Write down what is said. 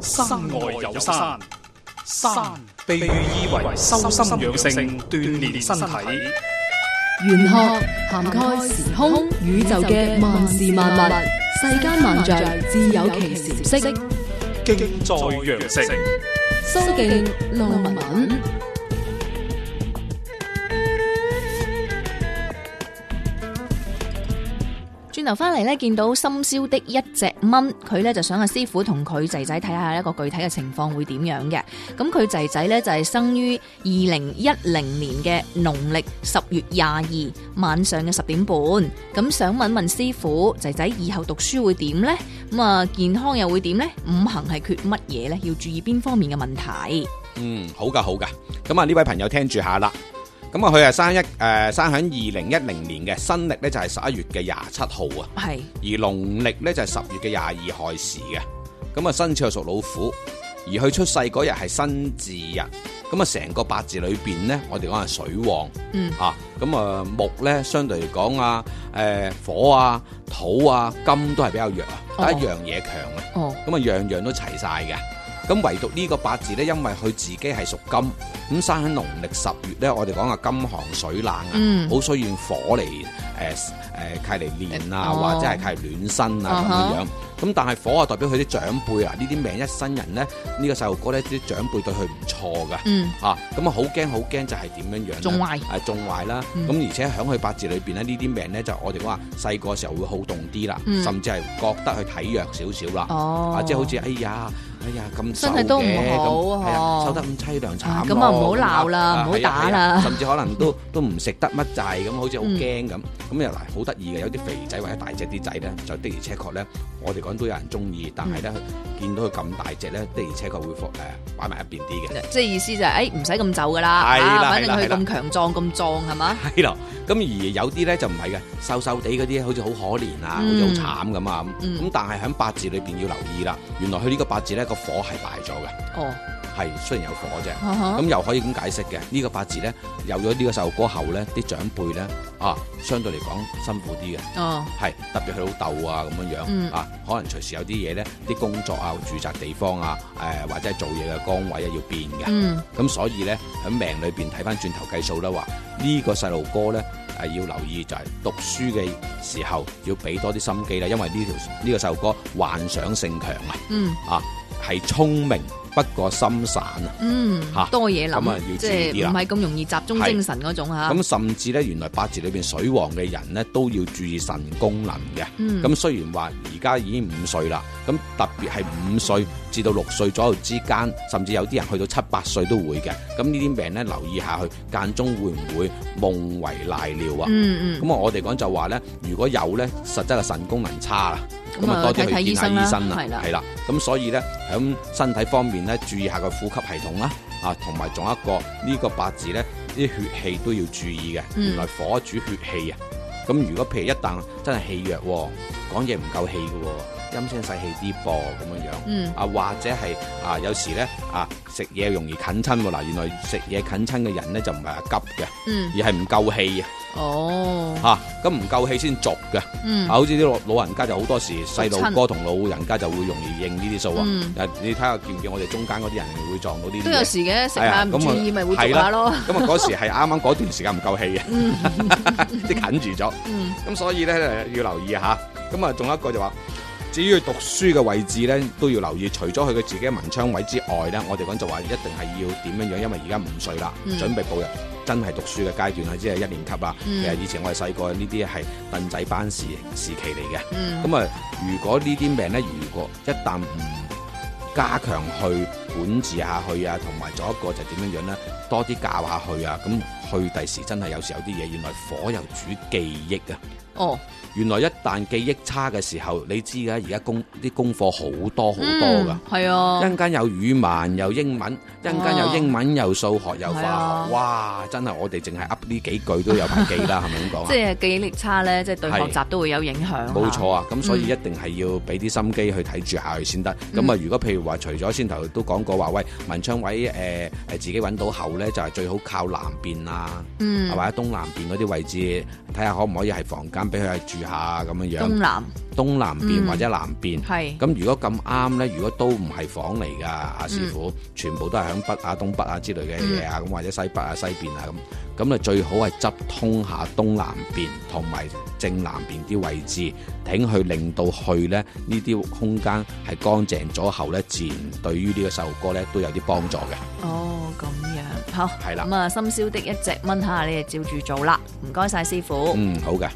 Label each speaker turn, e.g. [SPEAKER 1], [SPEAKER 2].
[SPEAKER 1] 山外有山，山被喻意為修心養性、鍛煉身體。
[SPEAKER 2] 玄學涵蓋時空宇宙嘅萬事萬物，世間萬象自有其時色。
[SPEAKER 1] 敬在羊城，
[SPEAKER 2] 蘇敬路文。
[SPEAKER 3] 轉頭翻嚟呢，見到深宵的一隻蚊，佢呢就想阿師傅同佢仔仔睇下一個具體嘅情況會點樣嘅。咁佢仔仔呢，就係生於二零一零年嘅農曆十月廿二晚上嘅十點半。咁想問問師傅，仔仔以後讀書會點呢？咁啊，健康又會點呢？五行係缺乜嘢呢？要注意邊方面嘅問題？
[SPEAKER 4] 嗯，好噶好噶，咁啊呢位朋友聽住下啦。咁啊，佢係生一誒、呃生喺二零一零年嘅，新歷咧就係十一月嘅廿七號啊，
[SPEAKER 3] 係
[SPEAKER 4] 而農曆咧就係十月嘅廿二亥時嘅。咁啊，生肖屬老虎，而佢出世嗰日係辛字日。咁啊，成個八字裏邊咧，我哋講係水旺，
[SPEAKER 3] 嗯
[SPEAKER 4] 啊，咁啊木咧相對嚟講啊，誒、火啊、土啊、金都係比較弱啊，
[SPEAKER 3] 哦
[SPEAKER 4] 得一樣嘢強啊。
[SPEAKER 3] 哦，
[SPEAKER 4] 咁啊樣樣都齊晒嘅。咁啊唯獨呢個八字呢，因為佢自己係屬金，咁生喺農曆十月呢，我哋講啊金寒水冷啊，好、
[SPEAKER 3] 嗯
[SPEAKER 4] 需要火嚟誒誒契嚟練啊，
[SPEAKER 3] 哦
[SPEAKER 4] 或者係契嚟暖身啊咁樣樣。咁但係火啊代表佢啲長輩啊，呢啲命一生人呢，呢、個細路哥呢，啲長輩對佢唔錯噶。
[SPEAKER 3] 嗯，
[SPEAKER 4] 啊，咁啊好驚好驚就係點樣樣呢
[SPEAKER 3] 仲壞
[SPEAKER 4] 啊仲壞啦，咁、
[SPEAKER 3] 嗯
[SPEAKER 4] 而且喺佢八字裏邊咧，呢啲命咧就我哋話細個時候會好動啲啦，
[SPEAKER 3] 嗯
[SPEAKER 4] 甚至係覺得佢體弱少少啦，
[SPEAKER 3] 哦，
[SPEAKER 4] 啊即係好似哎呀哎呀咁瘦
[SPEAKER 3] 身體都唔
[SPEAKER 4] 嘅咁
[SPEAKER 3] 好
[SPEAKER 4] 係啊
[SPEAKER 3] 哦
[SPEAKER 4] 瘦得咁凄涼
[SPEAKER 3] 啊
[SPEAKER 4] 慘
[SPEAKER 3] 咁啊唔好
[SPEAKER 4] 咯
[SPEAKER 3] 鬧啦唔
[SPEAKER 4] 啊
[SPEAKER 3] 好
[SPEAKER 4] 係啊
[SPEAKER 3] 打
[SPEAKER 4] 係啊
[SPEAKER 3] 啦
[SPEAKER 4] 甚至可能 都都唔食得乜滯咁，好似好
[SPEAKER 3] 嗯
[SPEAKER 4] 驚咁，咁又嗱好得意嘅，有啲肥仔或者大隻啲仔咧，就的而且確咧，我哋講都有人中意，但係咧
[SPEAKER 3] 嗯
[SPEAKER 4] 見到佢咁大隻咧，的而且確會放誒擺埋一邊啲嘅。
[SPEAKER 3] 即係意思就係哎誒唔使咁就噶啦，
[SPEAKER 4] 係啦
[SPEAKER 3] 啊反
[SPEAKER 4] 係啦
[SPEAKER 3] 正佢
[SPEAKER 4] 係啦
[SPEAKER 3] 咁強壯咁壯係嘛，
[SPEAKER 4] 係咯，
[SPEAKER 3] 嗯
[SPEAKER 4] 咁而有啲咧就唔係嘅，瘦瘦地嗰啲好似好可憐啊，好似
[SPEAKER 3] 嗯
[SPEAKER 4] 好慘咁啊咁。
[SPEAKER 3] 嗯
[SPEAKER 4] 咁、但係喺八字裏邊要留意啦，原來佢呢個八字咧個火係敗咗嘅，
[SPEAKER 3] 哦，Uh-huh
[SPEAKER 4] 係雖然有火啫，
[SPEAKER 3] 哈哈
[SPEAKER 4] 咁、又可以咁解釋嘅。呢、個八字咧有咗呢個細路哥後咧，啲長輩咧啊相對嚟講辛苦啲嘅，
[SPEAKER 3] 哦。
[SPEAKER 4] 係特別佢老豆啊咁樣樣、
[SPEAKER 3] 嗯
[SPEAKER 4] 啊，可能隨時有啲嘢咧，啲工作啊、住宅地方啊、誒、或者係做嘢嘅崗位啊要變嘅。
[SPEAKER 3] 嗯，
[SPEAKER 4] 咁所以咧喺命裏邊睇翻轉頭計數啦，話呢個細路哥咧係要留意就係讀書嘅時候要俾多啲心機啦，因為呢條呢個細路哥幻想性強啊，
[SPEAKER 3] 嗯
[SPEAKER 4] 啊係聰明不過心散啊，
[SPEAKER 3] 嗯
[SPEAKER 4] 嚇，
[SPEAKER 3] 多嘢
[SPEAKER 4] 咁啊
[SPEAKER 3] 諗
[SPEAKER 4] 要，
[SPEAKER 3] 即
[SPEAKER 4] 注意啲
[SPEAKER 3] 係
[SPEAKER 4] 啦
[SPEAKER 3] 唔係咁容易集中精神嗰種嚇。
[SPEAKER 4] 咁甚至咧原來八字裏邊水旺嘅人咧都要注意腎功能嘅。
[SPEAKER 3] 嗯
[SPEAKER 4] 咁雖然話而家已經五歲啦，咁特別係五歲至到六歲左右之間，甚至有啲人去到七八歲都會嘅。咁呢啲病呢，留意下佢間中會唔會夢為賴尿啊？
[SPEAKER 3] 嗯
[SPEAKER 4] 咁、我哋講就話呢，如果有呢，實質嘅腎功能差啦，咁
[SPEAKER 3] 咁
[SPEAKER 4] 啊
[SPEAKER 3] 啊
[SPEAKER 4] 多啲
[SPEAKER 3] 睇睇
[SPEAKER 4] 去見
[SPEAKER 3] 醫
[SPEAKER 4] 下
[SPEAKER 3] 生啦
[SPEAKER 4] 醫生啦，
[SPEAKER 3] 係啦
[SPEAKER 4] 係啦。咁所以呢，喺身體方面呢，注意下個呼吸系統啦，啊，同埋仲有一個呢、個八字呢，啲血氣都要注意嘅。
[SPEAKER 3] 嗯
[SPEAKER 4] 原來火主血氣啊，咁如果譬如一旦真係氣弱喎，講嘢唔夠氣嘅喎，陰聲細氣啲噃咁樣樣。
[SPEAKER 3] 嗯
[SPEAKER 4] 啊，或者係啊，有時咧啊，食嘢容易近親喎。嗱，原來食嘢近親嘅人咧就唔係話急嘅，
[SPEAKER 3] 嗯，
[SPEAKER 4] 而係唔夠氣啊。
[SPEAKER 3] 哦，
[SPEAKER 4] 嚇，啊咁唔夠氣先續嘅。
[SPEAKER 3] 嗯
[SPEAKER 4] 啊，好似啲老老人家就好多時細路
[SPEAKER 3] 親
[SPEAKER 4] 哥同老人家就會容易應呢啲數啊
[SPEAKER 3] 嗯。
[SPEAKER 4] 誒，你睇下見唔見我哋中間嗰啲人會撞到呢啲
[SPEAKER 3] 都有
[SPEAKER 4] 嘢？
[SPEAKER 3] 時嘅，食下
[SPEAKER 4] 係啊
[SPEAKER 3] 唔
[SPEAKER 4] 咁啊
[SPEAKER 3] 注意咪會
[SPEAKER 4] 係
[SPEAKER 3] 做
[SPEAKER 4] 啦
[SPEAKER 3] 下咯。
[SPEAKER 4] 咁啊，嗰時係啱啱嗰段時間唔夠氣嘅， 即係近住咗。
[SPEAKER 3] 嗯
[SPEAKER 4] 咁所以咧要留意下。咁啊，仲有一個就話，至於佢讀書嘅位置咧，都要留意。除咗佢嘅自己嘅文昌位之外咧，我哋講就話一定係要點樣樣，因為而家五歲啦，
[SPEAKER 3] 嗯
[SPEAKER 4] 準備步入真係讀書嘅階段啦，即係一年級啦。
[SPEAKER 3] 嗯
[SPEAKER 4] 其實以前我哋細個呢啲係凳仔班時時期嚟嘅。
[SPEAKER 3] 嗯
[SPEAKER 4] 咁啊，如果呢啲病咧，如果一旦唔加強去管治下去啊，同埋做一個就點樣樣咧，多啲教下去啊，咁去第時真係有時有啲嘢，原來火又主記憶啊。
[SPEAKER 3] 哦，
[SPEAKER 4] 原來一旦記憶差嘅時候，你知㗎，而家功啲功課好多好多㗎。
[SPEAKER 3] 嗯，係
[SPEAKER 4] 一
[SPEAKER 3] 啊，
[SPEAKER 4] 陣間有語文又英文，一陣間
[SPEAKER 3] 哦
[SPEAKER 4] 有英文又數學又化
[SPEAKER 3] 係啊
[SPEAKER 4] 學，哇！真係我哋淨係噏呢幾句都有排記啦，係咪咁講啊
[SPEAKER 3] 即？係記憶力差咧，即係對學
[SPEAKER 4] 係
[SPEAKER 3] 習都會有影響。
[SPEAKER 4] 冇錯，啊，咁所以
[SPEAKER 3] 嗯
[SPEAKER 4] 一定係要俾啲心機去睇住下佢先得。咁啊，如果譬如話，除咗先頭都講過話，喂文昌位誒誒、呃自己揾到後咧，就係、最好靠南邊啊，
[SPEAKER 3] 嗯
[SPEAKER 4] 或者東南邊嗰啲位置，睇下可唔可以係房間間俾佢係住下咁樣
[SPEAKER 3] 東
[SPEAKER 4] 樣，
[SPEAKER 3] 南
[SPEAKER 4] 東南邊
[SPEAKER 3] 嗯
[SPEAKER 4] 或者南邊。
[SPEAKER 3] 係
[SPEAKER 4] 咁如果咁啱呢，如果都唔係房嚟㗎，阿師傅，全部都係響北啊、東北啊之類嘅嘢啊，咁、或者西北啊、西邊啊咁，咁啊最好係執通下東南邊同埋正南邊啲位置，挺去令到去呢呢啲空間係乾淨咗後呢，自然對於呢個細路哥呢都有啲幫助嘅。
[SPEAKER 3] 哦咁樣，好
[SPEAKER 4] 係啦
[SPEAKER 3] 咁啊，深宵的一隻蚊嚇，你哋照住做啦，唔該晒師傅。
[SPEAKER 4] 嗯，好嘅。